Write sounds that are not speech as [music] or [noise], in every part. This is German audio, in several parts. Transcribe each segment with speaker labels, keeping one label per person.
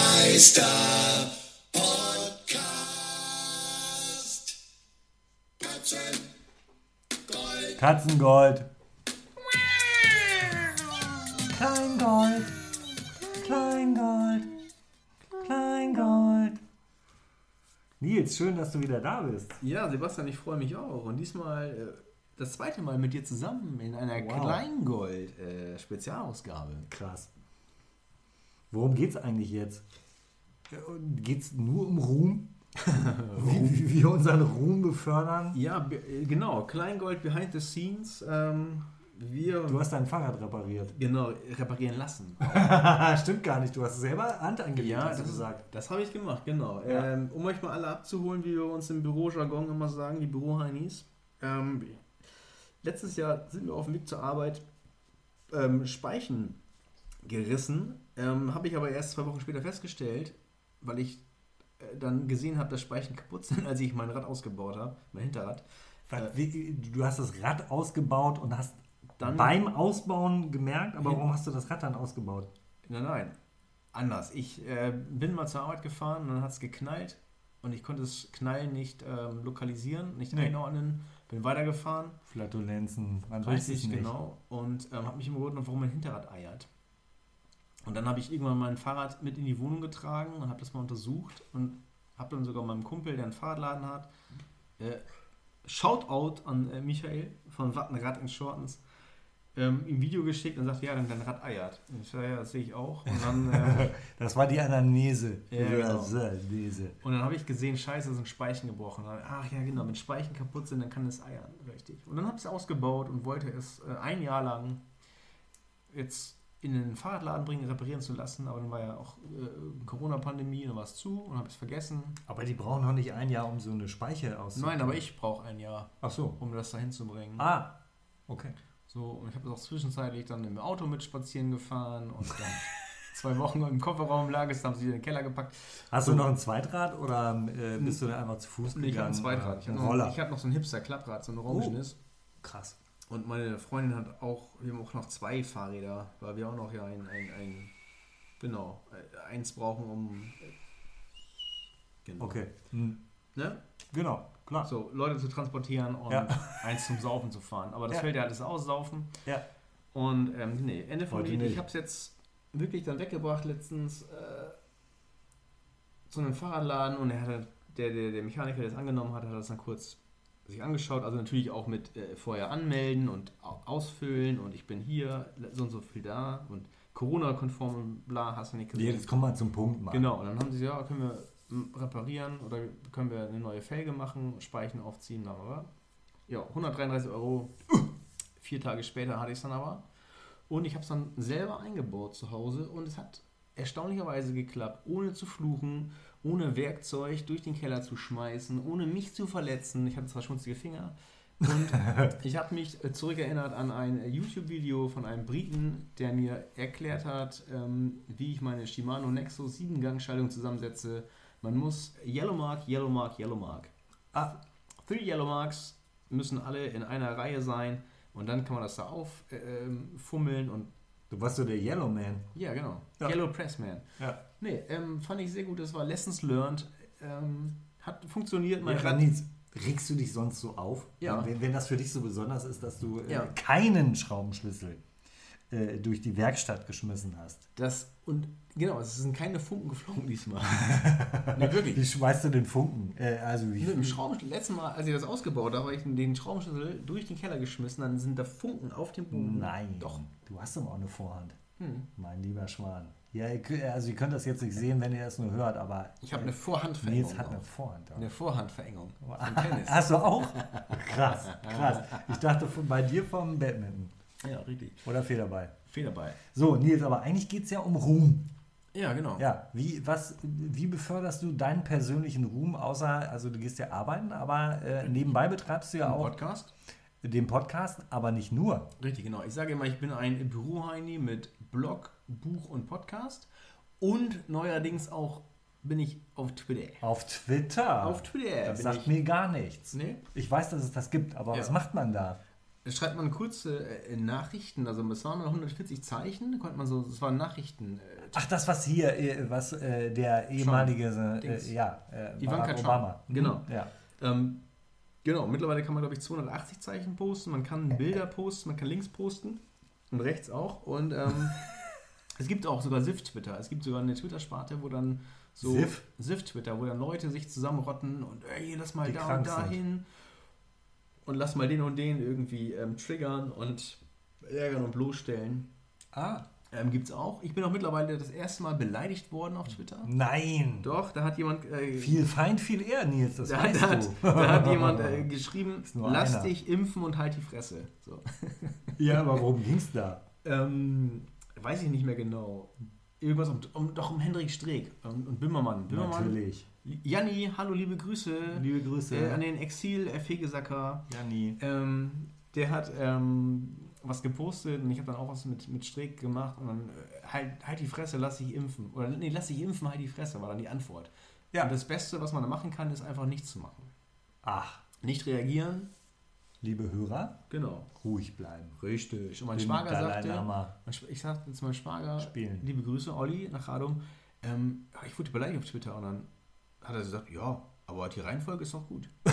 Speaker 1: Tanzmeister Podcast. Katzen, Gold,
Speaker 2: Katzengold. Kleingold. Kleingold. Kleingold. Nils, schön, dass du wieder da bist.
Speaker 3: Ja, Sebastian, ich freue mich auch. Und diesmal äh, das zweite Mal mit dir zusammen in einer äh,
Speaker 2: Wow.
Speaker 3: Kleingold-Spezialausgabe.
Speaker 2: Krass. Worum geht's eigentlich jetzt? Äh, Geht's nur um Ruhm? [laughs] wie, wie wir unseren Ruhm befördern?
Speaker 3: ja, be- äh, genau. Kleingold behind the scenes. Ähm, wir
Speaker 2: Du hast dein Fahrrad repariert.
Speaker 3: genau reparieren lassen.
Speaker 2: [laughs] Stimmt gar nicht, du hast es selber Hand angelegt, hast du gesagt.
Speaker 3: Das habe ich gemacht, genau.
Speaker 2: Ja.
Speaker 3: Ähm, um euch mal alle abzuholen, wie wir uns im Bürojargon immer sagen, die Büroheinis. Ähm, letztes Jahr sind wir auf dem Weg zur Arbeit ähm, Speichen gerissen. Ähm, habe ich aber erst zwei Wochen später festgestellt, weil ich äh, dann gesehen habe, dass Speichen kaputt sind, [laughs] als ich mein Rad ausgebaut habe, mein Hinterrad.
Speaker 2: Was, wie- Du hast das Rad ausgebaut und hast
Speaker 3: Dann-
Speaker 2: beim Ausbauen gemerkt, aber warum hast du das Rad dann ausgebaut?
Speaker 3: Nein, nein. Anders. Ich äh, bin mal zur Arbeit gefahren und dann hat es geknallt und ich konnte das Knallen nicht ähm, lokalisieren, nicht
Speaker 2: Nee.
Speaker 3: einordnen. Bin weitergefahren,
Speaker 2: Flatulenzen, man weiß
Speaker 3: weiß
Speaker 2: es
Speaker 3: ich
Speaker 2: nicht.
Speaker 3: genau, und ähm, habe mich immer gewundert, warum mein Hinterrad eiert. Und dann habe ich irgendwann mein Fahrrad mit in die Wohnung getragen und habe das mal untersucht und habe dann sogar meinem Kumpel, der einen Fahrradladen hat, äh, Shoutout an äh, Michael von Wattenrad in Shortens, ähm, ein Video geschickt und sagt, ja, dann dein Rad eiert. Und ich sag, ja, das sehe ich auch. Und dann
Speaker 2: [laughs]
Speaker 3: äh,
Speaker 2: [laughs] Das war die Anamnese.
Speaker 3: Ja, genau.
Speaker 2: Anamnese.
Speaker 3: Und dann habe ich gesehen, scheiße, sind Speichen gebrochen. Dann, ach ja, genau, wenn Speichen kaputt sind, dann kann es eiern, richtig. Und dann habe ich es ausgebaut und wollte es äh, ein Jahr lang jetzt in den Fahrradladen bringen, reparieren zu lassen. Aber dann war ja auch äh, Corona-Pandemie, dann war es zu und habe es vergessen.
Speaker 2: Aber die brauchen noch nicht ein Jahr, um so eine Speiche auszubauen.
Speaker 3: Nein, aber ich brauche ein Jahr,
Speaker 2: Ach so.
Speaker 3: um das dahin zu bringen.
Speaker 2: Ah, okay.
Speaker 3: So, und ich habe das auch zwischenzeitlich dann im Auto mit spazieren gefahren
Speaker 2: [laughs]
Speaker 3: und dann zwei Wochen im Kofferraum lag es, dann haben sie wieder in den Keller gepackt.
Speaker 2: Hast du noch ein Zweitrad oder äh, bist du dann einfach zu Fuß
Speaker 3: Nee, ich habe
Speaker 2: gegangen?
Speaker 3: ein Zweitrad. Ich
Speaker 2: äh, Ein
Speaker 3: habe
Speaker 2: Roller.
Speaker 3: noch, ich hab noch so ein Hipster-Klapprad, so ein orangenes.
Speaker 2: Krass.
Speaker 3: Und meine Freundin hat auch, wir haben auch noch zwei Fahrräder, weil wir auch noch ja ein, ein, ein genau, äh, eins brauchen, um. äh, Genau.
Speaker 2: Okay. Hm.
Speaker 3: Ne?
Speaker 2: Genau, klar.
Speaker 3: So, Leute zu transportieren und
Speaker 2: Ja.
Speaker 3: eins zum Saufen zu fahren. Aber das
Speaker 2: Ja.
Speaker 3: fällt ja alles aus, Saufen.
Speaker 2: Ja.
Speaker 3: Und ähm, nee, Ende vom
Speaker 2: Heute
Speaker 3: Lied, ich
Speaker 2: nicht.
Speaker 3: habe es jetzt wirklich dann weggebracht letztens äh, zu einem Fahrradladen und er hatte, der, der, der Mechaniker, der es angenommen hat, hat das dann kurz sich angeschaut. Also natürlich auch mit äh, vorher anmelden und au- ausfüllen und ich bin hier, so und so viel da und Corona-konform und bla, hast du nicht
Speaker 2: Nee,
Speaker 3: gesehen.
Speaker 2: jetzt kommen wir zum Punkt mal.
Speaker 3: Genau, und dann haben sie gesagt, ja, können wir mm, reparieren oder können wir eine neue Felge machen, Speichen aufziehen, bla bla bla. Ja, 133 Euro. [clears throat] Vier Tage später hatte ich es dann aber. Und ich habe es dann selber eingebaut zu Hause und es hat erstaunlicherweise geklappt, ohne zu fluchen, ohne Werkzeug durch den Keller zu schmeißen, ohne mich zu verletzen. Ich hatte zwar schmutzige Finger. Und ich habe mich äh, zurückerinnert an ein äh, YouTube-Video von einem Briten, der mir erklärt hat, ähm, wie ich meine Shimano Nexo 7-Gang-Schaltung zusammensetze. Man muss Yellow Mark, Yellow Mark, Yellow Mark.
Speaker 2: Ah,
Speaker 3: Three Yellow Marks müssen alle in einer Reihe sein und dann kann man das da auffummeln äh, fummeln und
Speaker 2: du warst so der Yellow Man.
Speaker 3: ja, genau.
Speaker 2: Ja.
Speaker 3: Yellow Pressman.
Speaker 2: Ja.
Speaker 3: Nee, ähm, fand ich sehr gut. Das war Lessons Learned. Ähm, hat funktioniert. Mein
Speaker 2: Ja,
Speaker 3: Rad
Speaker 2: Nils, regst du dich sonst so auf?
Speaker 3: Ja.
Speaker 2: Wenn, wenn das für dich so besonders ist, dass du äh,
Speaker 3: Ja.
Speaker 2: keinen Schraubenschlüssel äh, durch die Werkstatt geschmissen hast.
Speaker 3: das und genau, es sind keine Funken geflogen
Speaker 2: [laughs]
Speaker 3: diesmal. nee,
Speaker 2: Wie schmeißt du den Funken? Äh, also wie,
Speaker 3: Mit dem Schraubenschlüssel, letztes Mal, als ich das ausgebaut habe, habe ich den Schraubenschlüssel durch den Keller geschmissen, dann sind da Funken auf dem Boden.
Speaker 2: Nein.
Speaker 3: Doch.
Speaker 2: Du hast doch auch eine Vorhand.
Speaker 3: Hm.
Speaker 2: Mein lieber Schwan. Ja, ihr kö- also ihr könnt das jetzt nicht sehen, wenn ihr das nur hört, aber
Speaker 3: Ich habe eine
Speaker 2: Nils
Speaker 3: Vorhandverengung.
Speaker 2: hat eine
Speaker 3: auch.
Speaker 2: Vorhand. [laughs]
Speaker 3: eine Vorhandverengung. Vom Tennis.
Speaker 2: Hast du auch? Krass, krass. Ich dachte von, bei dir vom Badminton
Speaker 3: ja, richtig.
Speaker 2: oder Federball.
Speaker 3: Federball.
Speaker 2: So, Nils, aber eigentlich geht es ja um Ruhm.
Speaker 3: Ja, genau.
Speaker 2: Ja, wie, was, wie beförderst du deinen persönlichen Ruhm, außer, also du gehst ja arbeiten, aber äh, nebenbei betreibst du ja auch
Speaker 3: Podcast.
Speaker 2: den Podcast, aber nicht nur.
Speaker 3: Richtig, genau. Ich sage immer, ich bin ein Büroheini mit Blog, Buch und Podcast. Und neuerdings auch bin ich auf Twitter.
Speaker 2: Auf Twitter.
Speaker 3: Auf Twitter
Speaker 2: Das
Speaker 3: bin
Speaker 2: sagt
Speaker 3: ich.
Speaker 2: mir gar nichts.
Speaker 3: Nee?
Speaker 2: Ich weiß, dass es das gibt, aber
Speaker 3: Ja.
Speaker 2: was macht man da?
Speaker 3: Da schreibt man kurze äh, Nachrichten, also es waren 140 Zeichen, konnte man so, es waren Nachrichten. äh, Welt.
Speaker 2: Ach, das, was hier, äh, was äh, der ehemalige,
Speaker 3: Dings.
Speaker 2: äh, ja, äh,
Speaker 3: Ivanka
Speaker 2: Barack
Speaker 3: Trump.
Speaker 2: Obama. Mhm,
Speaker 3: Genau.
Speaker 2: Ja.
Speaker 3: Ähm, genau, mittlerweile kann man, glaube ich, 280 Zeichen posten, man kann Bilder posten, man kann Links posten und rechts auch. Und [laughs] ähm, es gibt auch sogar SIF-Twitter. Es gibt sogar eine Twitter-Sparte, wo dann so
Speaker 2: Sif?
Speaker 3: SIF-Twitter, wo dann Leute sich zusammenrotten und ey, lass mal
Speaker 2: Die
Speaker 3: da
Speaker 2: krank
Speaker 3: und da
Speaker 2: sind.
Speaker 3: hin und lass mal den und den irgendwie ähm, triggern und ärgern und bloßstellen.
Speaker 2: Ah,
Speaker 3: Ähm, gibt's auch. Ich bin auch mittlerweile das erste Mal beleidigt worden auf Twitter.
Speaker 2: nein.
Speaker 3: Doch, da hat jemand äh,
Speaker 2: Viel Feind, viel eher, Nils, das
Speaker 3: da,
Speaker 2: weißt
Speaker 3: da, hat,
Speaker 2: du.
Speaker 3: da hat jemand äh, geschrieben,
Speaker 2: nur
Speaker 3: lass
Speaker 2: einer.
Speaker 3: dich impfen und halt die Fresse. So.
Speaker 2: [laughs] ja, aber worum ging's da?
Speaker 3: Ähm, weiß ich nicht mehr genau. Irgendwas um, um, doch um Hendrik Streeck und, und Bimmermann. Bimmermann.
Speaker 2: Natürlich.
Speaker 3: Janni, hallo, liebe Grüße
Speaker 2: Liebe
Speaker 3: äh,
Speaker 2: Grüße.
Speaker 3: an den Exil-Fegesacker.
Speaker 2: Janni.
Speaker 3: Ähm, der hat ähm, was gepostet und ich habe dann auch was mit, mit Streeck gemacht und dann äh, halt, halt die Fresse, lass dich impfen. Oder nee, lass dich impfen, halt die Fresse, war dann die Antwort.
Speaker 2: Ja.
Speaker 3: Und das Beste, was man da machen kann, ist einfach nichts zu machen.
Speaker 2: Ach,
Speaker 3: Nicht reagieren,
Speaker 2: liebe Hörer,
Speaker 3: genau.
Speaker 2: ruhig bleiben.
Speaker 3: Richtig. Und mein
Speaker 2: Den
Speaker 3: Schwager
Speaker 2: Dalai
Speaker 3: sagte,
Speaker 2: Lama.
Speaker 3: mein Sch- ich sagte zu meinem Schwager,
Speaker 2: Spielen.
Speaker 3: liebe Grüße, Olli, nach Radom, ähm, ja, ich wurde beleidigt auf Twitter und dann hat er gesagt, ja, aber die Reihenfolge ist doch gut.
Speaker 2: [laughs]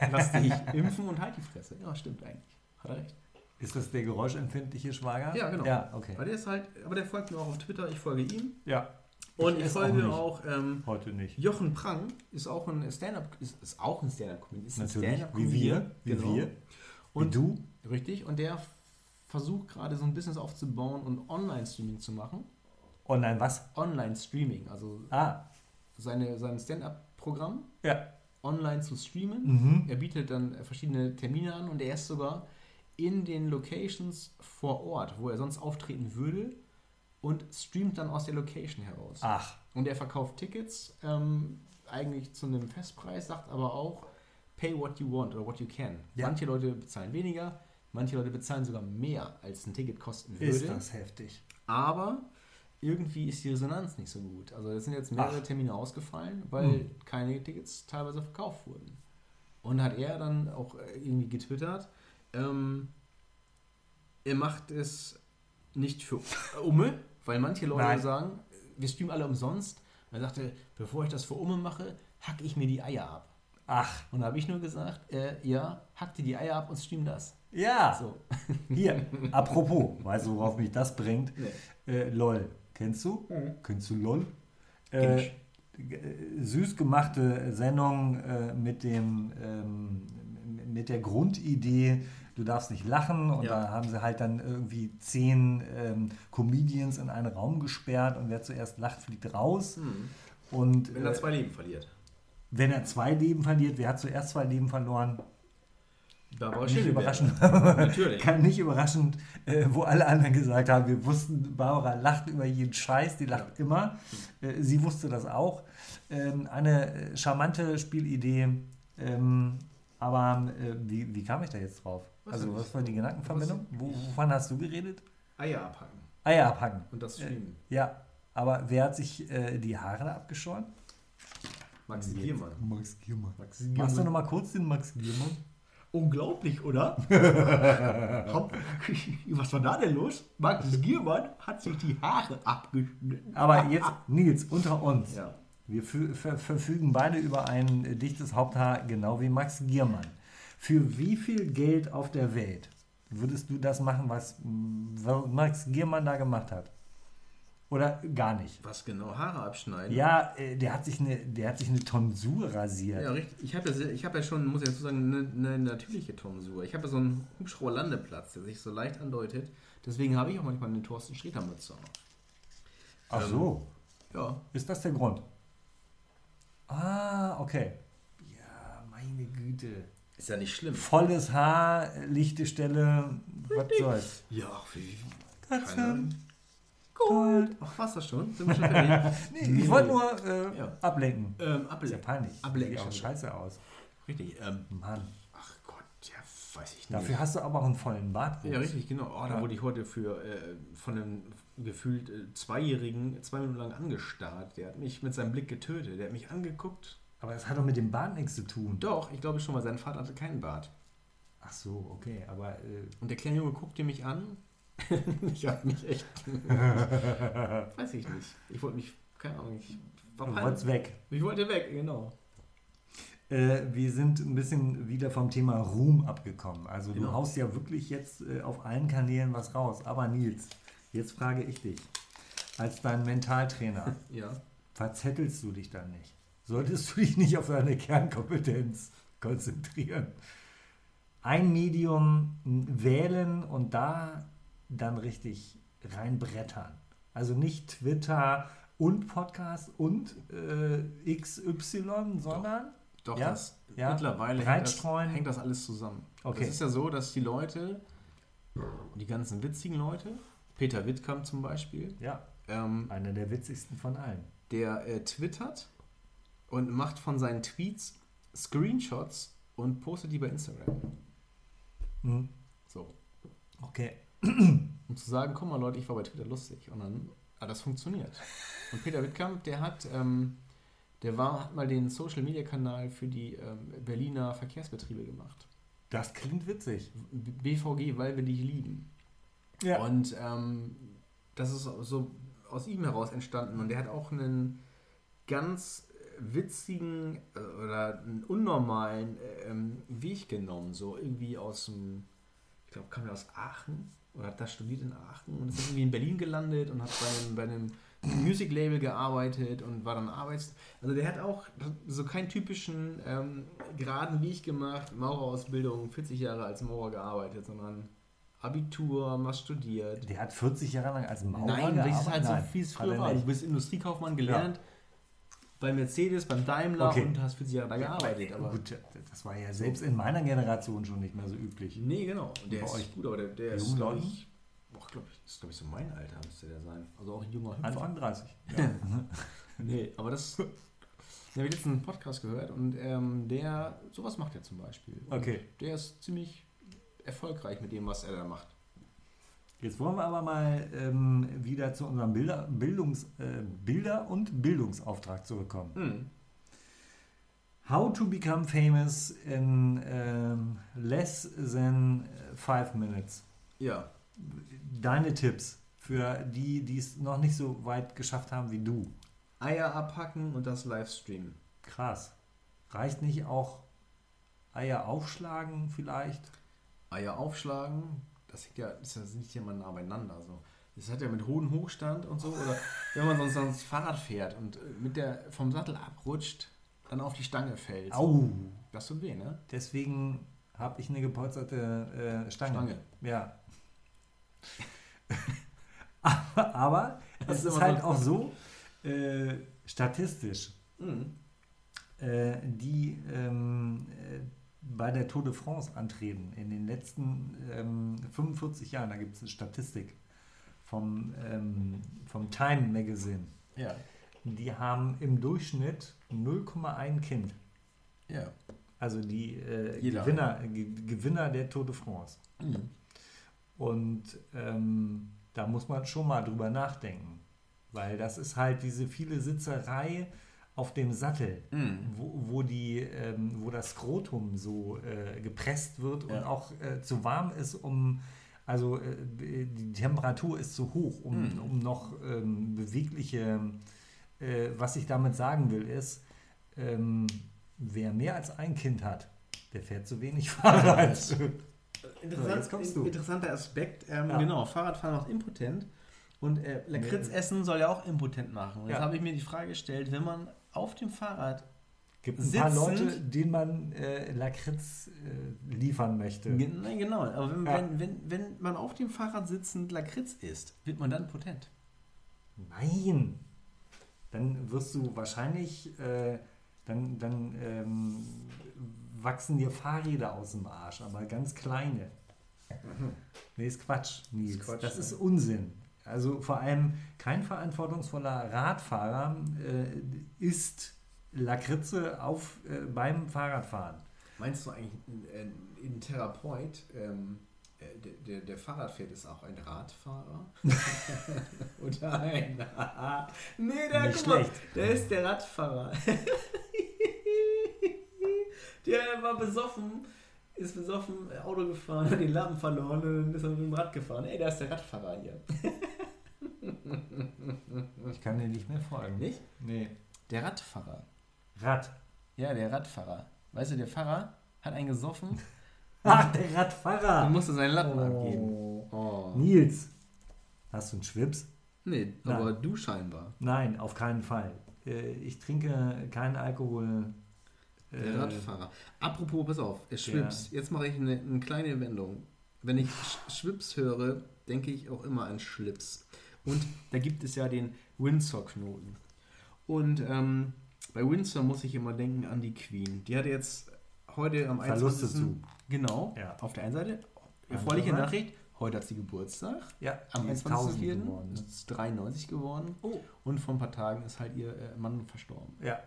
Speaker 3: Also, lass dich impfen und halt die Fresse. Ja, stimmt eigentlich. Hat er recht.
Speaker 2: Ist das der geräuschempfindliche Schwager?
Speaker 3: Ja, genau.
Speaker 2: Ja, okay.
Speaker 3: Aber der ist halt, aber der folgt mir auch auf Twitter, ich folge ihm.
Speaker 2: Ja,
Speaker 3: Und
Speaker 2: Ich
Speaker 3: ich,
Speaker 2: erst auch
Speaker 3: folge
Speaker 2: nicht.
Speaker 3: auch, ähm,
Speaker 2: heute nicht.
Speaker 3: Jochen Prang ist auch ein Stand-up, ist, ist auch ein Stand-up-Comedian. Ist ein
Speaker 2: Natürlich, wie
Speaker 3: Stand-up-Comedian,
Speaker 2: wir, wie
Speaker 3: genau.
Speaker 2: wir, wie
Speaker 3: Und-
Speaker 2: du.
Speaker 3: Richtig, und der versucht gerade so ein Business aufzubauen und Online-Streaming zu machen.
Speaker 2: Online Oh was?
Speaker 3: Online-Streaming, also
Speaker 2: Ah,
Speaker 3: seine, sein Stand-up-Programm
Speaker 2: ja.
Speaker 3: online zu streamen.
Speaker 2: Mhm.
Speaker 3: Er bietet dann äh, verschiedene Termine an und er ist sogar in den Locations vor Ort, wo er sonst auftreten würde und streamt dann aus der Location heraus.
Speaker 2: Ach,
Speaker 3: Und er verkauft Tickets ähm, eigentlich zu einem Festpreis, sagt aber auch, pay what you want oder what you can.
Speaker 2: Ja.
Speaker 3: Manche Leute bezahlen weniger, manche Leute bezahlen sogar mehr, als ein Ticket kosten würde.
Speaker 2: ist das heftig.
Speaker 3: Aber irgendwie ist die Resonanz nicht so gut. Also es sind jetzt mehrere
Speaker 2: Ach.
Speaker 3: Termine ausgefallen, weil keine Tickets teilweise verkauft wurden. Und hat er dann auch äh, irgendwie getwittert, ähm, er macht es nicht für Umme, weil manche Leute
Speaker 2: Nein.
Speaker 3: sagen, wir streamen alle umsonst. Und er sagte, bevor ich das für Umme mache, hack ich mir die Eier ab.
Speaker 2: Ach,
Speaker 3: Und da habe ich nur gesagt, äh, ja, hack dir die Eier ab und stream das.
Speaker 2: ja.
Speaker 3: So.
Speaker 2: Hier, apropos, weißt du, worauf mich das bringt?
Speaker 3: Nee. Mhm.
Speaker 2: Äh, LOL. Kennst du? Kennst du LOL?
Speaker 3: Kenn
Speaker 2: Äh, g- äh, süß gemachte Sendung äh, mit dem ähm, m- mit der Grundidee, du darfst nicht lachen und
Speaker 3: Ja.
Speaker 2: da haben sie halt dann irgendwie zehn ähm, Comedians in einen Raum gesperrt und wer zuerst lacht, fliegt raus. Und
Speaker 3: Mhm. Wenn er
Speaker 2: äh,
Speaker 3: zwei Leben verliert.
Speaker 2: wenn er zwei Leben verliert, wer hat zuerst zwei Leben verloren?
Speaker 3: Da war
Speaker 2: Nicht
Speaker 3: Schöneberger.
Speaker 2: überraschend.
Speaker 3: [laughs] Natürlich.
Speaker 2: Kam nicht überraschend, äh, wo alle anderen gesagt haben, wir wussten, Barbara lacht über jeden Scheiß, die lacht immer. Äh, sie wusste das auch. Ähm, eine äh, charmante Spielidee. Ähm, aber äh, wie, wie kam ich da jetzt drauf?
Speaker 3: Weiß
Speaker 2: also,
Speaker 3: ich
Speaker 2: was
Speaker 3: nicht.
Speaker 2: war die Gedankenverbindung? Wo, wovon hast du geredet?
Speaker 3: Eier abhacken
Speaker 2: Eier abhacken.
Speaker 3: und das streamen.
Speaker 2: Ja, aber wer hat sich äh, die Haare abgeschoren?
Speaker 3: Maxi Giermann.
Speaker 2: Max Giermann.
Speaker 3: Maxi
Speaker 2: Machst du nochmal kurz den Max Giermann?
Speaker 3: Unglaublich, [laughs] oder? Hopp. Was war da denn los? Maxi Giermann hat sich die Haare abgeschnitten.
Speaker 2: Aber jetzt, Ah, Nils, unter uns.
Speaker 3: Ja.
Speaker 2: Wir fü- ver verfügen beide über ein äh, dichtes Haupthaar, genau wie Max Giermann. Für wie viel Geld auf der Welt würdest du das machen, was mm, was Max Giermann da gemacht hat? Oder gar nicht?
Speaker 3: Was genau? Haare abschneiden?
Speaker 2: Ja, äh, der hat sich eine, der hat sich eine Tonsur rasiert.
Speaker 3: Ja, richtig. Ich habe ja, se- ich hab ja schon, muss ich dazu sagen, eine ne natürliche Tonsur. Ich habe ja so einen Hubschrauberlandeplatz, der sich so leicht andeutet. Deswegen habe ich auch manchmal eine Thorsten Sträter-Mütze. auf.
Speaker 2: Ach so,
Speaker 3: Ja.
Speaker 2: ist das der Grund? Ah, okay. Ja, meine Güte.
Speaker 3: Ist ja nicht schlimm.
Speaker 2: Volles Haar, äh, lichte Stelle, was soll's.
Speaker 3: Ja, wie.
Speaker 2: Katze,
Speaker 3: Gold. Ach, war's das schon? Sind wir schon [laughs] fertig?
Speaker 2: Nee, ich wollte nur äh,
Speaker 3: Ja.
Speaker 2: ablenken.
Speaker 3: Ähm,
Speaker 2: Ist ja
Speaker 3: Apple.
Speaker 2: peinlich.
Speaker 3: Ablenken. also.
Speaker 2: Sieht auch scheiße aus.
Speaker 3: Richtig. Ähm,
Speaker 2: Mann.
Speaker 3: Ach Gott, ja, weiß ich nicht.
Speaker 2: Dafür hast du aber auch einen vollen Bart.
Speaker 3: ja, richtig, genau. Oh, da
Speaker 2: Ja.
Speaker 3: wurde ich heute für äh, von einem gefühlt äh, Zweijährigen zwei Minuten lang angestarrt. Der hat mich mit seinem Blick getötet. Der hat mich angeguckt.
Speaker 2: Aber das hat doch mit dem Bart nichts zu tun.
Speaker 3: Doch, ich glaube schon, weil sein Vater hatte keinen Bart.
Speaker 2: Ach so, okay. Aber äh,
Speaker 3: Und der kleine Junge guckte mich an [laughs] ich habe mich [laughs] echt. Weiß ich nicht. Ich wollte mich, keine Ahnung, ich war
Speaker 2: Du
Speaker 3: peinlich.
Speaker 2: wolltest weg.
Speaker 3: Ich wollte weg, genau.
Speaker 2: Äh, wir sind ein bisschen wieder vom Thema Ruhm abgekommen. Also du
Speaker 3: Genau.
Speaker 2: haust ja wirklich jetzt äh, auf allen Kanälen was raus. Aber Nils, jetzt frage ich dich. Als dein Mentaltrainer,
Speaker 3: Ja.
Speaker 2: verzettelst du dich dann nicht? Solltest du dich nicht auf deine Kernkompetenz konzentrieren? Ein Medium wählen und da dann richtig reinbrettern. Also nicht Twitter und Podcast und äh, XY, sondern...
Speaker 3: Doch,
Speaker 2: Ja?
Speaker 3: das
Speaker 2: Ja?
Speaker 3: mittlerweile hängt das,
Speaker 2: Breitstreuen.
Speaker 3: hängt das alles zusammen.
Speaker 2: Okay.
Speaker 3: Es ist ja so, dass die Leute, die ganzen witzigen Leute, Peter Wittkamp zum Beispiel,
Speaker 2: Ja,
Speaker 3: ähm,
Speaker 2: Einer der witzigsten von allen.
Speaker 3: der äh, twittert und macht von seinen Tweets Screenshots und postet die bei Instagram.
Speaker 2: Mhm.
Speaker 3: So.
Speaker 2: Okay.
Speaker 3: Um zu sagen, guck mal Leute, ich war bei Twitter lustig. Und dann hat das funktioniert. Und Peter Wittkamp, der hat, ähm, der war, hat mal den Social-Media-Kanal für die ähm, Berliner Verkehrsbetriebe gemacht.
Speaker 2: Das klingt witzig.
Speaker 3: B- BVG, weil wir dich lieben.
Speaker 2: Ja.
Speaker 3: Und ähm, das ist so aus ihm heraus entstanden. Und der hat auch einen ganz witzigen äh, oder einen unnormalen äh, ähm, Weg genommen. So irgendwie aus dem, ich glaube, kam er aus Aachen oder hat da studiert in Aachen und ist dann irgendwie in Berlin gelandet und hat bei einem, bei einem Music-Label gearbeitet und war dann Arbeits... Also der hat auch so keinen typischen ähm, geraden Weg gemacht, Maurerausbildung, 40 Jahre als Maurer gearbeitet, sondern Abitur, was studiert.
Speaker 2: Der hat 40 Jahre lang als Maurer
Speaker 3: Nein, das ist halt
Speaker 2: gearbeitet.
Speaker 3: so,
Speaker 2: Nein,
Speaker 3: wie es
Speaker 2: hat
Speaker 3: früher
Speaker 2: er
Speaker 3: war. Du
Speaker 2: nicht.
Speaker 3: bist Industriekaufmann gelernt, bei Mercedes, beim Daimler
Speaker 2: Okay.
Speaker 3: und hast 40 Jahre da gearbeitet. Aber
Speaker 2: Gut, das war ja selbst in meiner Generation schon nicht mehr so üblich.
Speaker 3: nee, genau. Und der
Speaker 2: Bei
Speaker 3: ist
Speaker 2: euch?
Speaker 3: gut, aber der, der ist,
Speaker 2: Jungen
Speaker 3: glaube
Speaker 2: Leuten?
Speaker 3: ich, boah, glaub ich, ist, glaube ich, so mein Alter müsste der sein. Also auch ein junger Hüpfer.
Speaker 2: Anfang 30.
Speaker 3: Nee, aber [laughs] das. Ich habe ich letzten Podcast gehört und ähm, der, sowas macht er zum Beispiel. Und
Speaker 2: Okay.
Speaker 3: Der ist ziemlich erfolgreich mit dem, was er da macht.
Speaker 2: Jetzt wollen wir aber mal ähm, wieder zu unserem Bilder, Bildungs, äh, Bilder- und Bildungsauftrag zurückkommen. How to become famous in ähm, less than five minutes.
Speaker 3: Ja,
Speaker 2: Deine Tipps für die, die es noch nicht so weit geschafft haben wie du.
Speaker 3: Eier abhacken und das Livestreamen.
Speaker 2: Krass. Reicht nicht auch Eier aufschlagen vielleicht?
Speaker 3: Eier aufschlagen, das hängt ja, das liegt ja mal nah beieinander. So. Das hat ja mit hohem Hochstand und so. [laughs] Oder wenn man sonst ans Fahrrad fährt und äh, mit der vom Sattel abrutscht, dann auf die Stange fällt.
Speaker 2: Au!
Speaker 3: Das tut weh, ne?
Speaker 2: Deswegen habe ich eine gepolsterte äh, Stange.
Speaker 3: Stange.
Speaker 2: Ja. [laughs] aber, aber
Speaker 3: Das
Speaker 2: es
Speaker 3: ist
Speaker 2: ist
Speaker 3: immer
Speaker 2: halt
Speaker 3: so.
Speaker 2: auch so äh, statistisch.
Speaker 3: Mhm.
Speaker 2: äh, die ähm, äh, bei der Tour de France antreten. In den letzten ähm, 45 Jahren, da gibt es eine Statistik vom, ähm, vom Time Magazine.
Speaker 3: Ja.
Speaker 2: Die haben im Durchschnitt 0,1 Kind.
Speaker 3: Ja.
Speaker 2: Also die äh,
Speaker 3: Jeder.
Speaker 2: Gewinner, Ge Gewinner der Tour de France.
Speaker 3: Mhm.
Speaker 2: Und ähm, da muss man schon mal drüber nachdenken. Weil das ist halt diese viele Sitzerei auf dem Sattel
Speaker 3: Mhm.
Speaker 2: wo, wo, die, ähm, wo das Skrotum so äh, gepresst wird und
Speaker 3: Ja.
Speaker 2: auch äh, zu warm ist, um also äh, die Temperatur ist zu hoch, um,
Speaker 3: Mhm.
Speaker 2: um noch ähm, bewegliche. Äh, was ich damit sagen will, ist, ähm, wer mehr als ein Kind hat, der fährt zu wenig Fahrrad.
Speaker 3: Interessant,
Speaker 2: jetzt kommst du.
Speaker 3: Interessanter Aspekt. Ähm,
Speaker 2: Ja.
Speaker 3: Genau, Fahrradfahren macht impotent. Und äh, Lakritz
Speaker 2: Nee.
Speaker 3: essen soll ja auch impotent machen. Und Jetzt
Speaker 2: Ja.
Speaker 3: habe ich mir die Frage gestellt, wenn man auf dem Fahrrad
Speaker 2: [laughs] Gibt ein paar
Speaker 3: Sitzend-
Speaker 2: Leute, denen man äh, Lakritz äh, liefern möchte.
Speaker 3: Ge- Nein, genau. Aber wenn,
Speaker 2: Ja.
Speaker 3: wenn, wenn, wenn man auf dem Fahrrad sitzend Lakritz isst, wird man dann potent.
Speaker 2: Nein! Dann wirst du wahrscheinlich, äh, dann, dann ähm, wachsen dir Fahrräder aus dem Arsch, aber ganz [laughs] kleine. Nee, ist Quatsch, Nils.
Speaker 3: Ist Quatsch,
Speaker 2: das
Speaker 3: ne?
Speaker 2: ist Unsinn. Also vor allem kein verantwortungsvoller Radfahrer äh, isst Lakritze auf, äh, beim Fahrradfahren.
Speaker 3: Meinst du eigentlich, äh, ein, ein, ein Therapeut, ähm, äh, der, der, der Fahrrad fährt, ist auch ein [laughs] Radfahrer? Oder ein. nee, der,
Speaker 2: Nicht
Speaker 3: guck mal,
Speaker 2: schlecht.
Speaker 3: der ist der [laughs] Radfahrer. der war besoffen ist besoffen, äh, Auto gefahren, hat den Lappen verloren und dann ist er mit dem Rad gefahren. Ey, da ist der Radfahrer hier.
Speaker 2: Ich kann dir nicht mehr folgen.
Speaker 3: Nicht?
Speaker 2: Nee.
Speaker 3: Der Radfahrer.
Speaker 2: [laughs] Rad.
Speaker 3: Ja, der Radfahrer. Weißt du, der Fahrer hat einen gesoffen
Speaker 2: Ach, der
Speaker 3: und
Speaker 2: Radfahrer.
Speaker 3: musste seinen Lappen abgeben.
Speaker 2: Oh.
Speaker 3: Oh.
Speaker 2: Nils. Hast du einen Schwips?
Speaker 3: Nee,
Speaker 2: Nein.
Speaker 3: aber du scheinbar.
Speaker 2: Nein, auf keinen Fall. Äh, Ich trinke keinen Alkohol.
Speaker 3: Der
Speaker 2: äh,
Speaker 3: Radfahrer. Apropos, pass auf, er Schwips. Jetzt mache ich eine, eine kleine Wendung. Wenn ich Sch- Schwips höre, denke ich auch immer an Schlips. Und da gibt es ja den Windsor-Knoten. Und ähm, bei Windsor muss ich immer denken an die Queen. Die hatte jetzt heute am
Speaker 2: Verluste
Speaker 3: Genau,
Speaker 2: Ja.
Speaker 3: auf der einen Seite.
Speaker 2: Andere
Speaker 3: Erfreuliche
Speaker 2: Seite.
Speaker 3: Nachricht, heute hat sie Geburtstag.
Speaker 2: Ja,
Speaker 3: Am
Speaker 2: die ist
Speaker 3: 21.04.
Speaker 2: geworden, ne?
Speaker 3: ist 93 geworden.
Speaker 2: Oh.
Speaker 3: Und vor ein paar Tagen ist halt ihr äh, Mann verstorben.
Speaker 2: Ja.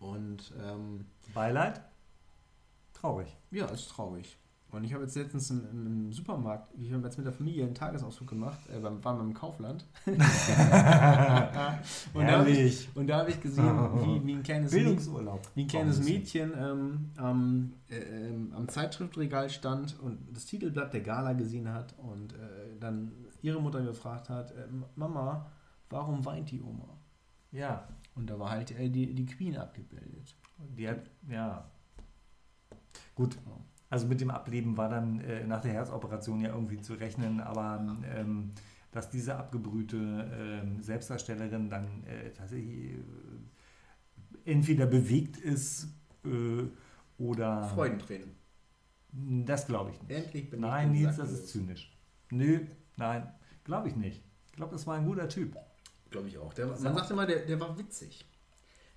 Speaker 3: Und ähm,
Speaker 2: Beileid? [laughs] Traurig.
Speaker 3: ja, ist traurig. Und ich habe jetzt letztens im, im Supermarkt, ich habe jetzt mit der Familie einen Tagesausflug gemacht, äh, beim, waren wir im Kaufland. [laughs] und, da habe ich,
Speaker 2: Herrlich.
Speaker 3: und da habe ich gesehen, wie, wie ein kleines
Speaker 2: Bildungsurlaub.
Speaker 3: wie ein kleines
Speaker 2: Warum nicht?
Speaker 3: Mädchen ähm, am, äh, ähm, am Zeitschriftregal stand und das Titelblatt der Gala gesehen hat und äh, dann ihre Mutter gefragt hat, äh, Mama, warum weint die Oma?
Speaker 2: Ja,
Speaker 3: Und da war halt äh, die, die Queen abgebildet.
Speaker 2: die hat, ja. Gut. Also mit dem Ableben war dann äh, nach der Herzoperation ja irgendwie zu rechnen, aber ähm, dass diese abgebrühte ähm, Selbstdarstellerin dann äh, tatsächlich äh, entweder bewegt ist äh, oder.
Speaker 3: Freudentränen.
Speaker 2: Das glaube ich nicht.
Speaker 3: Endlich bin
Speaker 2: Nein,
Speaker 3: ich
Speaker 2: Nils, das ist zynisch. Nö, nein, glaube ich nicht. Ich glaube, das war ein guter Typ.
Speaker 3: Glaube ich auch. Der, war- man sagt immer, der, der war witzig.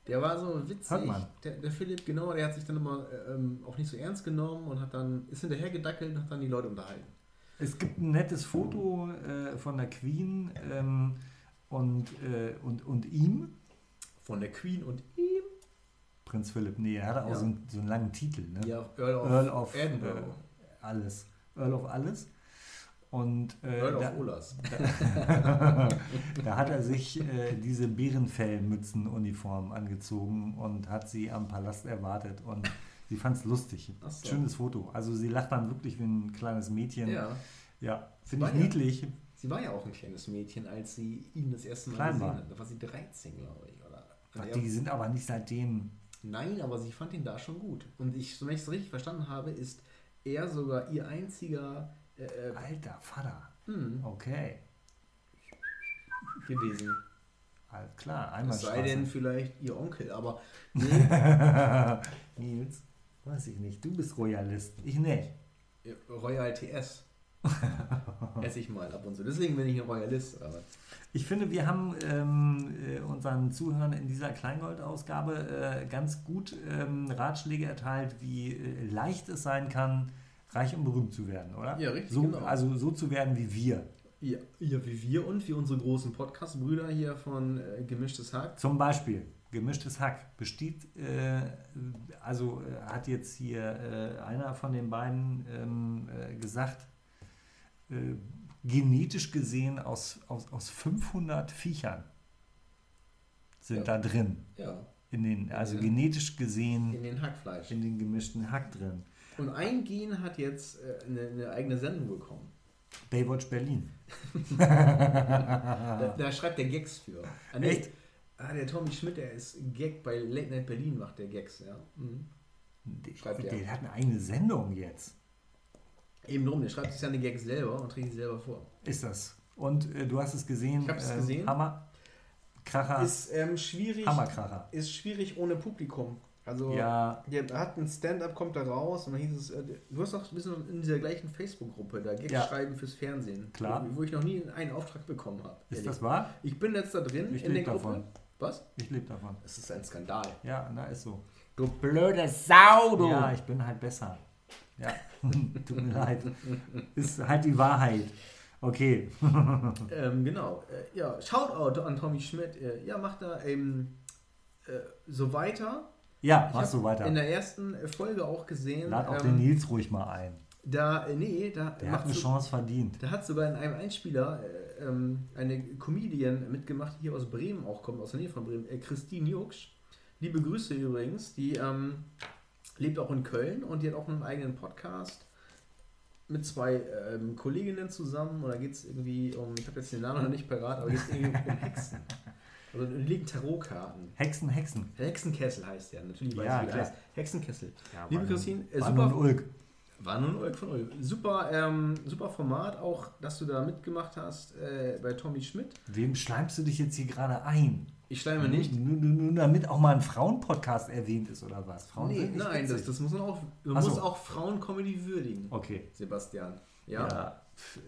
Speaker 3: Der war so witzig.
Speaker 2: Hört man.
Speaker 3: Der, der Philipp, genau, der hat sich dann immer äh, ähm, auch nicht so ernst genommen und hat dann, ist hinterher gedackelt und hat dann die Leute unterhalten.
Speaker 2: Es gibt ein nettes Foto äh, von der Queen ähm, und, äh, und, und ihm.
Speaker 3: Von der Queen und
Speaker 2: Prinz Philipp, nee, er hatte auch
Speaker 3: Ja.
Speaker 2: so, einen, so einen langen Titel. Ne?
Speaker 3: Ja, Earl of,
Speaker 2: Earl of
Speaker 3: Edinburgh.
Speaker 2: Äh, alles. Earl of alles. Und äh,
Speaker 3: Earl
Speaker 2: da,
Speaker 3: of Ulas.
Speaker 2: da hat er sich äh, diese Bärenfellmützenuniform angezogen und hat sie am Palast erwartet und sie fand es lustig.
Speaker 3: Ach so.
Speaker 2: Schönes Foto. Also sie lacht dann wirklich wie ein kleines Mädchen.
Speaker 3: Ja.
Speaker 2: Ja, finde ich
Speaker 3: War ja.
Speaker 2: niedlich.
Speaker 3: Sie war ja auch ein kleines Mädchen, als sie ihn das erste Mal
Speaker 2: Klein
Speaker 3: gesehen
Speaker 2: war.
Speaker 3: hat. Da war sie 13, glaube ich, oder? Und
Speaker 2: Ach,
Speaker 3: er-
Speaker 2: die sind aber nicht seitdem.
Speaker 3: Nein, aber sie fand ihn da schon gut. Und ich, wenn ich es richtig verstanden habe, ist er sogar ihr einziger äh, äh,
Speaker 2: Alter Vater.
Speaker 3: hm,
Speaker 2: Okay,
Speaker 3: gewesen.
Speaker 2: alles klar. Einmal
Speaker 3: Es sei denn, vielleicht ihr Onkel, aber
Speaker 2: Nils, weiß ich nicht. Du bist Royalist. Ich nicht.
Speaker 3: äh, Royal TS. Esse ich mal ab und zu. Deswegen bin ich ein Royalist. Aber
Speaker 2: Ich finde, wir haben ähm, äh, unseren Zuhörern in dieser Kleingold-Ausgabe äh, ganz gut ähm, Ratschläge erteilt, wie äh, leicht es sein kann, reich und berühmt zu werden, oder?
Speaker 3: Ja, richtig,
Speaker 2: So,
Speaker 3: genau.
Speaker 2: Also so zu werden wie wir.
Speaker 3: ja, ja, wie wir und wie unsere großen Podcast-Brüder hier von äh, Gemischtes Hack.
Speaker 2: Zum Beispiel gemischtes Hack besteht, äh, also äh, hat jetzt hier äh, einer von den beiden ähm, äh, gesagt, äh, genetisch gesehen aus, aus, aus 500 Viechern sind
Speaker 3: Ja.
Speaker 2: da drin.
Speaker 3: Ja,
Speaker 2: In den, also
Speaker 3: Ja.
Speaker 2: genetisch gesehen
Speaker 3: in den Hackfleisch.
Speaker 2: in den gemischten Hack drin.
Speaker 3: Und ein Gen hat jetzt äh, eine, eine eigene Sendung bekommen.
Speaker 2: Baywatch Berlin.
Speaker 3: Da, da schreibt der Gags für. Ah,
Speaker 2: Echt?
Speaker 3: Ah, der Tommy Schmidt, der ist Gag bei Late Night Berlin, macht der Gags, ja. Mhm.
Speaker 2: Der,
Speaker 3: Schreibt der.
Speaker 2: der hat eine eigene Sendung jetzt.
Speaker 3: Eben drum, der schreibt sich seine Gags selber und trägt sie selber vor.
Speaker 2: Ist das. Und äh, du hast es gesehen.
Speaker 3: Ich hab's
Speaker 2: ähm,
Speaker 3: gesehen.
Speaker 2: Hammer. Kracher.
Speaker 3: Ist ähm, schwierig.
Speaker 2: Hammerkracher.
Speaker 3: Ist schwierig ohne Publikum. Also
Speaker 2: Ja.
Speaker 3: der hat ein Stand-up, kommt da raus und dann hieß es, äh, du hast auch ein bisschen in dieser gleichen Facebook-Gruppe, da Gags
Speaker 2: Ja.
Speaker 3: schreiben fürs Fernsehen.
Speaker 2: Klar.
Speaker 3: Wo, wo ich noch nie einen Auftrag bekommen habe.
Speaker 2: Ist
Speaker 3: ehrlich.
Speaker 2: das wahr?
Speaker 3: Ich bin jetzt da drin
Speaker 2: Ich
Speaker 3: in der
Speaker 2: lebe
Speaker 3: Gruppe.
Speaker 2: davon.
Speaker 3: Was?
Speaker 2: Ich lebe davon.
Speaker 3: Das ist ein Skandal.
Speaker 2: Ja, na, ist so.
Speaker 3: Du blöde Sau,
Speaker 2: Ja, ich bin halt besser. Ja, [laughs] tut mir leid. Ist halt die Wahrheit. Okay.
Speaker 3: Ähm, genau. Äh, ja, Shoutout an Tommy Schmidt. Äh, ja, macht da ähm, äh, so weiter.
Speaker 2: Ja,
Speaker 3: Ich
Speaker 2: machst
Speaker 3: hab
Speaker 2: du weiter.
Speaker 3: In der ersten äh, Folge auch gesehen.
Speaker 2: Lad auch den
Speaker 3: ähm,
Speaker 2: Nils ruhig mal ein.
Speaker 3: Da, äh, nee, da
Speaker 2: Der hat eine
Speaker 3: so-
Speaker 2: Chance verdient.
Speaker 3: Da hat sogar in einem Einspieler äh, ähm, eine Comedian mitgemacht, die hier aus Bremen auch kommt, aus der Nähe von Bremen, äh, Christine Jucksch. Liebe Grüße übrigens, die ähm, lebt auch in Köln und die hat auch einen eigenen Podcast mit zwei ähm, Kolleginnen zusammen. Und da geht es irgendwie um, ich habe jetzt den Namen noch nicht parat, aber geht es irgendwie um
Speaker 2: [laughs]
Speaker 3: Hexen. Also da liegen Tarotkarten.
Speaker 2: Hexen, Hexen.
Speaker 3: Hexenkessel heißt der, natürlich weiß
Speaker 2: Ja,
Speaker 3: ich, wie der
Speaker 2: klar.
Speaker 3: heißt. Hexenkessel.
Speaker 2: Ja,
Speaker 3: Liebe
Speaker 2: Mann.
Speaker 3: Christine, äh,
Speaker 2: Wann und
Speaker 3: super,
Speaker 2: Ulk.
Speaker 3: war nun Ulk von Ulk. Super, ähm, super Format auch, dass du da mitgemacht hast äh, bei Tommy Schmidt.
Speaker 2: Wem schleimst du dich jetzt hier gerade ein?
Speaker 3: Ich stelle
Speaker 2: Mhm.
Speaker 3: mir nicht.
Speaker 2: Nur, nur, nur damit auch mal ein Frauenpodcast erwähnt ist oder was? Frauen
Speaker 3: Nee,
Speaker 2: sind nicht
Speaker 3: nein, das,
Speaker 2: witzig.
Speaker 3: das muss man auch. Man
Speaker 2: Ach so.
Speaker 3: muss auch Frauencomedy würdigen,
Speaker 2: Okay.
Speaker 3: Sebastian. Ja?
Speaker 2: Ja.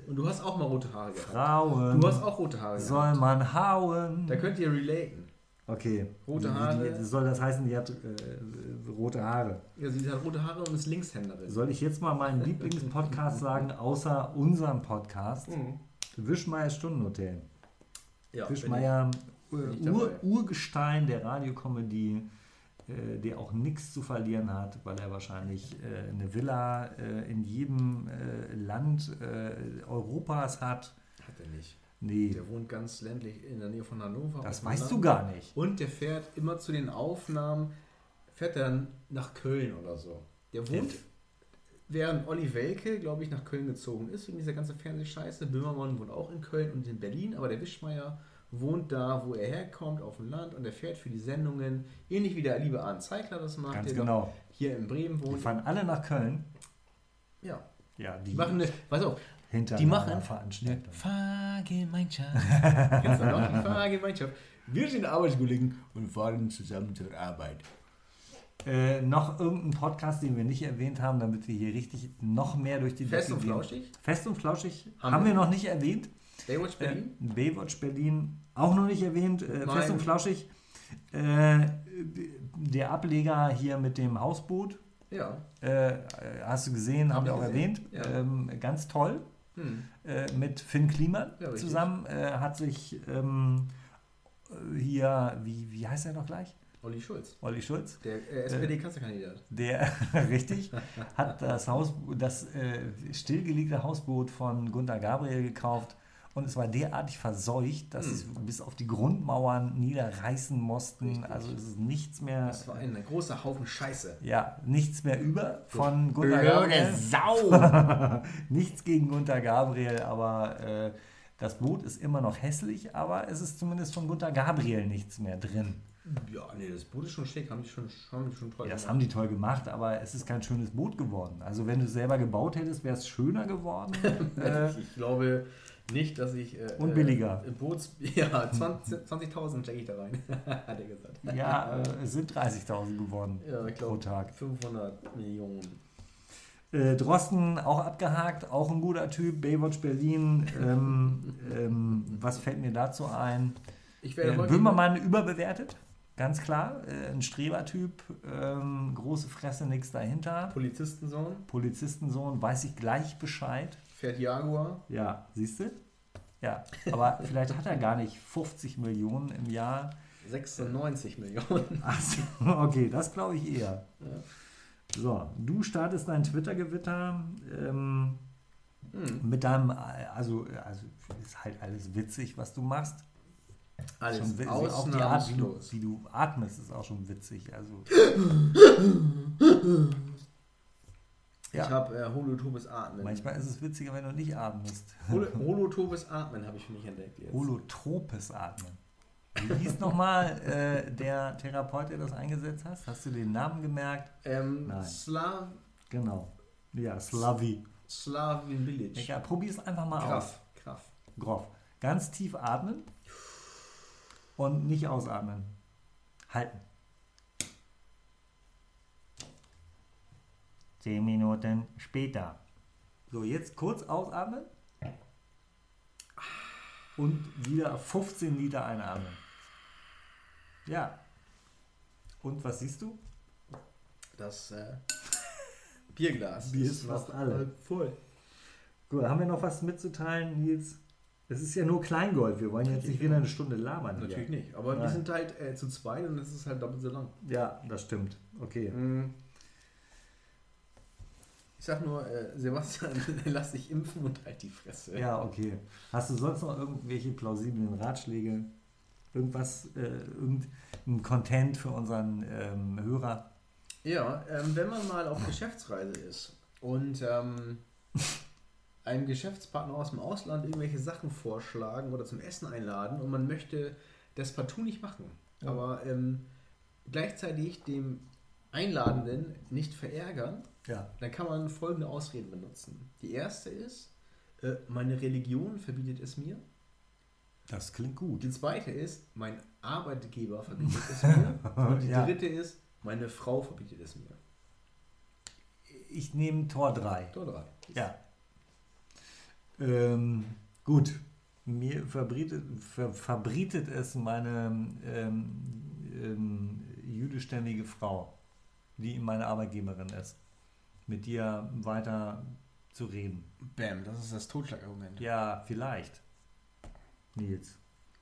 Speaker 3: Und du hast auch mal rote Haare gehabt.
Speaker 2: Frauen
Speaker 3: Du hast auch rote Haare
Speaker 2: soll
Speaker 3: gehabt.
Speaker 2: man hauen.
Speaker 3: Da könnt ihr relaten.
Speaker 2: okay.
Speaker 3: Rote
Speaker 2: Wie- wie-
Speaker 3: Haare.
Speaker 2: Die, soll das heißen, die hat äh, rote Haare.
Speaker 3: Ja, sie hat rote Haare und ist Linkshänderin.
Speaker 2: Soll ich jetzt mal meinen
Speaker 3: [laughs]
Speaker 2: Lieblingspodcast sagen, außer unserem Podcast?
Speaker 3: Mhm.
Speaker 2: Wischmeier Stundenhotel.
Speaker 3: Ja, bin
Speaker 2: Fischmeier, äh,
Speaker 3: ich
Speaker 2: Ur,
Speaker 3: dabei.
Speaker 2: Urgestein der Radiokomödie, äh, der auch nichts zu verlieren hat, weil er wahrscheinlich äh, eine Villa äh, in jedem äh, Land äh, Europas hat.
Speaker 3: ich. Hat er nicht.
Speaker 2: Nee,
Speaker 3: Der wohnt ganz ländlich in der Nähe von Hannover.
Speaker 2: das
Speaker 3: Auf dem
Speaker 2: weißt du
Speaker 3: Land.
Speaker 2: gar nicht.
Speaker 3: Und der fährt immer zu den Aufnahmen, fährt er dann nach Köln oder so. Der wohnt, während Olli Welke, glaube ich, nach Köln gezogen ist, wegen dieser ganzen Fernsehscheiße. Böhmermann wohnt auch in Köln und in Berlin, aber der Wischmeier wohnt da, wo er herkommt, auf dem Land und er fährt für die Sendungen, ähnlich wie der liebe Arne Zeigler das macht,
Speaker 2: Ganz
Speaker 3: der
Speaker 2: genau.
Speaker 3: doch hier in Bremen
Speaker 2: Die
Speaker 3: wohnt.
Speaker 2: fahren alle nach Köln.
Speaker 3: Ja,
Speaker 2: Ja, die
Speaker 3: die machen eine, pass auf,
Speaker 2: hinter
Speaker 3: die machen
Speaker 2: Veranstaltung.
Speaker 3: Fahrgemeinschaft. [laughs] Kennst du noch die Fahrgemeinschaft? Wir sind Arbeitskollegen und fahren zusammen zur Arbeit.
Speaker 2: Äh, noch irgendein Podcast, den wir nicht erwähnt haben, damit wir hier richtig noch mehr durch die
Speaker 3: Fest und
Speaker 2: gehen.
Speaker 3: flauschig?
Speaker 2: Fest und flauschig haben,
Speaker 3: Haben
Speaker 2: wir
Speaker 3: wir.
Speaker 2: noch nicht erwähnt.
Speaker 3: Baywatch
Speaker 2: Äh,
Speaker 3: Berlin?
Speaker 2: Baywatch Berlin auch noch nicht erwähnt. Äh,
Speaker 3: Nein.
Speaker 2: Fest und flauschig. Äh, der Ableger hier mit dem Hausboot.
Speaker 3: Ja.
Speaker 2: Äh, hast du gesehen, haben
Speaker 3: ich
Speaker 2: wir auch
Speaker 3: gesehen,
Speaker 2: erwähnt.
Speaker 3: ja.
Speaker 2: Ähm, ganz toll.
Speaker 3: Hm.
Speaker 2: Äh, mit Finn Kliman
Speaker 3: Ja, richtig.
Speaker 2: zusammen äh, hat sich ähm, äh, hier, wie, wie heißt er noch gleich?
Speaker 3: Olli Schulz,
Speaker 2: Olli Schulz.
Speaker 3: der äh, SPD-Kanzlerkandidat.
Speaker 2: Der, [laughs] richtig, hat das, Haus, das äh, stillgelegte Hausboot von Gunter Gabriel gekauft und es war derartig verseucht,
Speaker 3: Hm.
Speaker 2: dass es bis auf die Grundmauern niederreißen mussten.
Speaker 3: Richtig.
Speaker 2: Also es ist nichts mehr,
Speaker 3: Das war ein großer Haufen Scheiße.
Speaker 2: ja, nichts mehr über von Gunter Gabriel.
Speaker 3: Sau!
Speaker 2: [laughs] nichts gegen Gunter Gabriel, aber äh, das Boot ist immer noch hässlich, aber es ist zumindest von Gunter Gabriel nichts mehr drin.
Speaker 3: ja, nee, das Boot ist schon schick, haben die schon, haben die schon toll
Speaker 2: Ja, das
Speaker 3: gemacht.
Speaker 2: haben die toll gemacht, aber es ist kein schönes Boot geworden. Also wenn du es selber gebaut hättest, wäre es schöner geworden. äh,
Speaker 3: Also, Ich glaube nicht, dass ich. Äh,
Speaker 2: Und billiger.
Speaker 3: Äh, im Boots, [laughs] ja, 20 20.000 stecke ich da rein, [laughs] hat er gesagt.
Speaker 2: ja, äh, es sind 30.000 geworden
Speaker 3: Ja, ich
Speaker 2: pro
Speaker 3: glaube.
Speaker 2: Tag.
Speaker 3: 500 Millionen.
Speaker 2: Äh, Drosten auch abgehakt, auch ein guter Typ. Baywatch Berlin. Ähm, ähm, was fällt mir dazu ein?
Speaker 3: Ich
Speaker 2: Äh,
Speaker 3: werde häufig-
Speaker 2: Böhmermann überbewertet, ganz klar. Äh, ein Strebertyp, ähm, große Fresse, nichts dahinter.
Speaker 3: Polizistensohn,
Speaker 2: Polizistensohn, weiß ich gleich Bescheid.
Speaker 3: fährt Jaguar.
Speaker 2: Ja, siehst du? Ja, aber [laughs] vielleicht hat er gar nicht 50 Millionen im Jahr. [laughs]
Speaker 3: 96 Millionen.
Speaker 2: Ach so, okay, das glaube ich eher. So, du startest dein Twitter-Gewitter ähm,
Speaker 3: Hm.
Speaker 2: mit deinem, also, also ist halt alles witzig, was du machst.
Speaker 3: Alles
Speaker 2: wi- auch die Art, wie du,
Speaker 3: ausnahmslos.
Speaker 2: wie du atmest, ist auch schon witzig.
Speaker 3: [laughs]
Speaker 2: Also, ja.
Speaker 3: Ich habe äh, Holotopes Atmen.
Speaker 2: manchmal ist es witziger, wenn du nicht atmest. [laughs]
Speaker 3: Hol Holotopes Atmen habe ich für mich entdeckt jetzt.
Speaker 2: Holotropes Atmen. Wie hieß nochmal äh, der Therapeut, der das eingesetzt hat? Hast du den Namen gemerkt?
Speaker 3: ähm,
Speaker 2: Nein.
Speaker 3: Slav
Speaker 2: Genau. Ja, Slavi.
Speaker 3: Slavin Village.
Speaker 2: Ja, äh, probier es einfach mal aus.
Speaker 3: Kraff. Kraff.
Speaker 2: Groff. Ganz tief atmen und nicht ausatmen. Halten. Zehn Minuten später. So, jetzt kurz ausatmen und wieder 15 Liter einatmen. Ja. Und was siehst du?
Speaker 3: Das äh, [laughs] Bierglas.
Speaker 2: Bier ist fast
Speaker 3: noch
Speaker 2: alle.
Speaker 3: Voll.
Speaker 2: Gut, haben wir noch was mitzuteilen, Nils? Es ist ja nur Kleingold. Wir wollen jetzt nicht wieder eine Stunde labern. hier.
Speaker 3: Natürlich nicht. Aber wir
Speaker 2: Nein.
Speaker 3: sind halt äh, zu zweit und das ist halt doppelt so lang.
Speaker 2: Ja, das stimmt. Okay.
Speaker 3: Mm. Ich sag nur, äh, Sebastian, [laughs] lass dich impfen und halt die Fresse.
Speaker 2: Ja, okay. Hast du sonst noch irgendwelche plausiblen Ratschläge? Irgendwas, äh, irgendein Content für unseren ähm, Hörer?
Speaker 3: Ja, ähm, wenn man mal auf Geschäftsreise ist
Speaker 2: [laughs]
Speaker 3: und ähm, einem Geschäftspartner aus dem Ausland irgendwelche Sachen vorschlagen oder zum Essen einladen und man möchte das partout nicht machen,
Speaker 2: Ja.
Speaker 3: aber ähm, gleichzeitig dem Einladenden nicht verärgern,
Speaker 2: Ja.
Speaker 3: dann kann man folgende Ausreden benutzen. Die erste ist, äh, meine Religion verbietet es mir.
Speaker 2: Das klingt gut.
Speaker 3: Die zweite ist, mein Arbeitgeber verbietet es mir.
Speaker 2: [laughs]
Speaker 3: Und die
Speaker 2: Ja.
Speaker 3: dritte ist, meine Frau verbietet es mir.
Speaker 2: Ich nehme Tor 3.
Speaker 3: Tor drei.
Speaker 2: Ja. Ähm, gut. Mir verbietet, ver, verbietet es meine ähm, ähm, jüdischstämmige Frau, die meine Arbeitgeberin ist, mit dir weiter zu reden.
Speaker 3: Bam, das ist das Totschlagargument.
Speaker 2: Ja, vielleicht. Nils.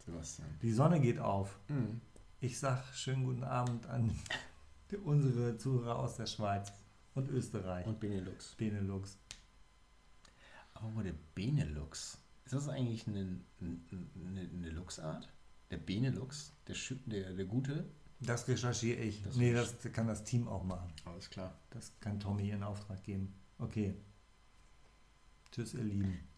Speaker 3: Sebastian.
Speaker 2: Die Sonne geht auf.
Speaker 3: Mhm.
Speaker 2: Ich sag schönen guten Abend an [laughs] unsere Zuhörer aus der Schweiz und Österreich.
Speaker 3: Und Benelux.
Speaker 2: Benelux.
Speaker 3: Aber wurde Benelux, ist das eigentlich eine, eine, eine Luchsart? Der Benelux, der, Schü- der, der Gute?
Speaker 2: Das recherchiere ich.
Speaker 3: Das
Speaker 2: nee, das kann das Team auch machen.
Speaker 3: Alles klar.
Speaker 2: Das kann Tommy in Auftrag geben. Okay. Tschüss, ihr Lieben.